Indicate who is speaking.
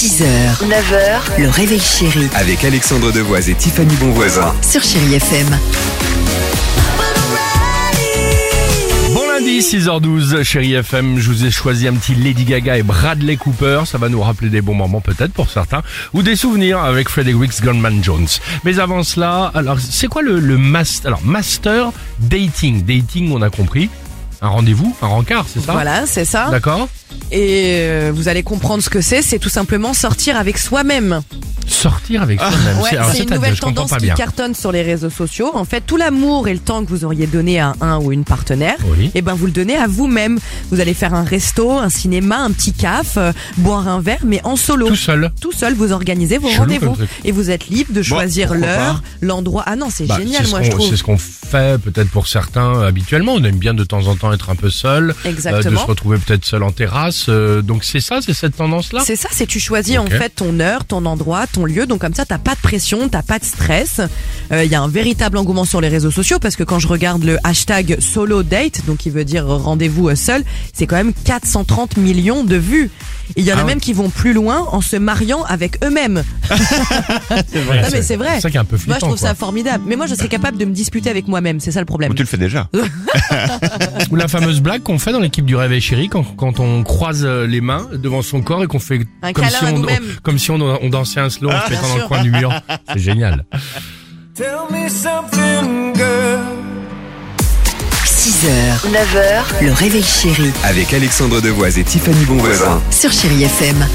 Speaker 1: 6h, 9h, le réveil chéri
Speaker 2: Avec Alexandre Devoise et Tiffany Bonvoisin.
Speaker 1: sur Chérie FM.
Speaker 3: Bon lundi, 6h12, chérie FM, je vous ai choisi un petit Lady Gaga et Bradley Cooper. Ça va nous rappeler des bons moments peut-être pour certains, ou des souvenirs avec Fredericks Gunman Jones. Mais avant cela, alors c'est quoi le, le master, alors master dating, dating on a compris, un rendez-vous, un rencard, c'est ça
Speaker 4: Voilà, c'est ça.
Speaker 3: D'accord.
Speaker 4: Et euh, vous allez comprendre ce que c'est. C'est tout simplement sortir avec soi-même.
Speaker 3: Sortir avec soi-même.
Speaker 4: Ah. Ouais,
Speaker 3: alors,
Speaker 4: c'est une
Speaker 3: c'est-à-dire,
Speaker 4: nouvelle
Speaker 3: je comprends
Speaker 4: tendance
Speaker 3: pas
Speaker 4: qui
Speaker 3: bien.
Speaker 4: cartonne sur les réseaux sociaux. En fait, tout l'amour et le temps que vous auriez donné à un ou une partenaire,
Speaker 3: Oui.
Speaker 4: et ben vous le donnez à vous-même. Vous allez faire un resto, un cinéma, un petit caf, euh, boire un verre, mais en solo.
Speaker 3: Tout seul.
Speaker 4: Tout seul, vous organisez vos
Speaker 3: Chelou comme
Speaker 4: rendez-vous
Speaker 3: truc.
Speaker 4: et vous êtes libre de choisir
Speaker 3: pourquoi
Speaker 4: l'heure, l'endroit. Ah non, c'est
Speaker 3: Bah,
Speaker 4: génial,
Speaker 3: c'est ce
Speaker 4: moi
Speaker 3: qu'on-
Speaker 4: je trouve.
Speaker 3: C'est ce qu'on fait peut-être pour certains euh, habituellement. On aime bien de temps en temps être un peu seul, euh, de
Speaker 4: Exactement.
Speaker 3: se retrouver peut-être seul en terrasse. euh, donc c'est ça, c'est cette tendance-là.
Speaker 4: C'est ça, c'est tu choisis
Speaker 3: Ok.
Speaker 4: en fait ton heure, ton endroit, ton lieu. Donc comme ça, t'as pas de pression, t'as pas de stress. Euh, Il y a un véritable engouement sur les réseaux sociaux parce que quand je regarde le hashtag solo date, donc qui veut dire rendez-vous euh, seul, c'est quand même 430 millions de vues. Et Il y en
Speaker 3: Ah
Speaker 4: a
Speaker 3: ouais.
Speaker 4: même qui vont plus loin en se mariant avec eux-mêmes.
Speaker 3: Ouais,
Speaker 4: Non mais c'est vrai.
Speaker 3: C'est ça qui est un peu
Speaker 4: Moi je
Speaker 3: flippant.
Speaker 4: trouve
Speaker 3: quoi.
Speaker 4: ça formidable. Mais moi je serais capable de me disputer avec moi-même, c'est ça le problème.
Speaker 5: le fais déjà.
Speaker 3: Ou la fameuse blague qu'on fait dans l'équipe du Réveil Chéri quand, quand on croise euh, les mains devant son corps et qu'on fait
Speaker 4: Un
Speaker 3: comme,
Speaker 4: câlin
Speaker 3: si
Speaker 4: à
Speaker 3: on,
Speaker 4: nous-mêmes. Ah,
Speaker 3: comme si on, on dansait un slow en se
Speaker 4: bien
Speaker 3: mettant dans le
Speaker 4: sûr.
Speaker 3: coin du mur. C'est génial.
Speaker 1: 6h, 9h, le réveil chéri
Speaker 2: Avec Alexandre Devoise et Tiffany Bonvoisin.
Speaker 1: sur Chérie FM.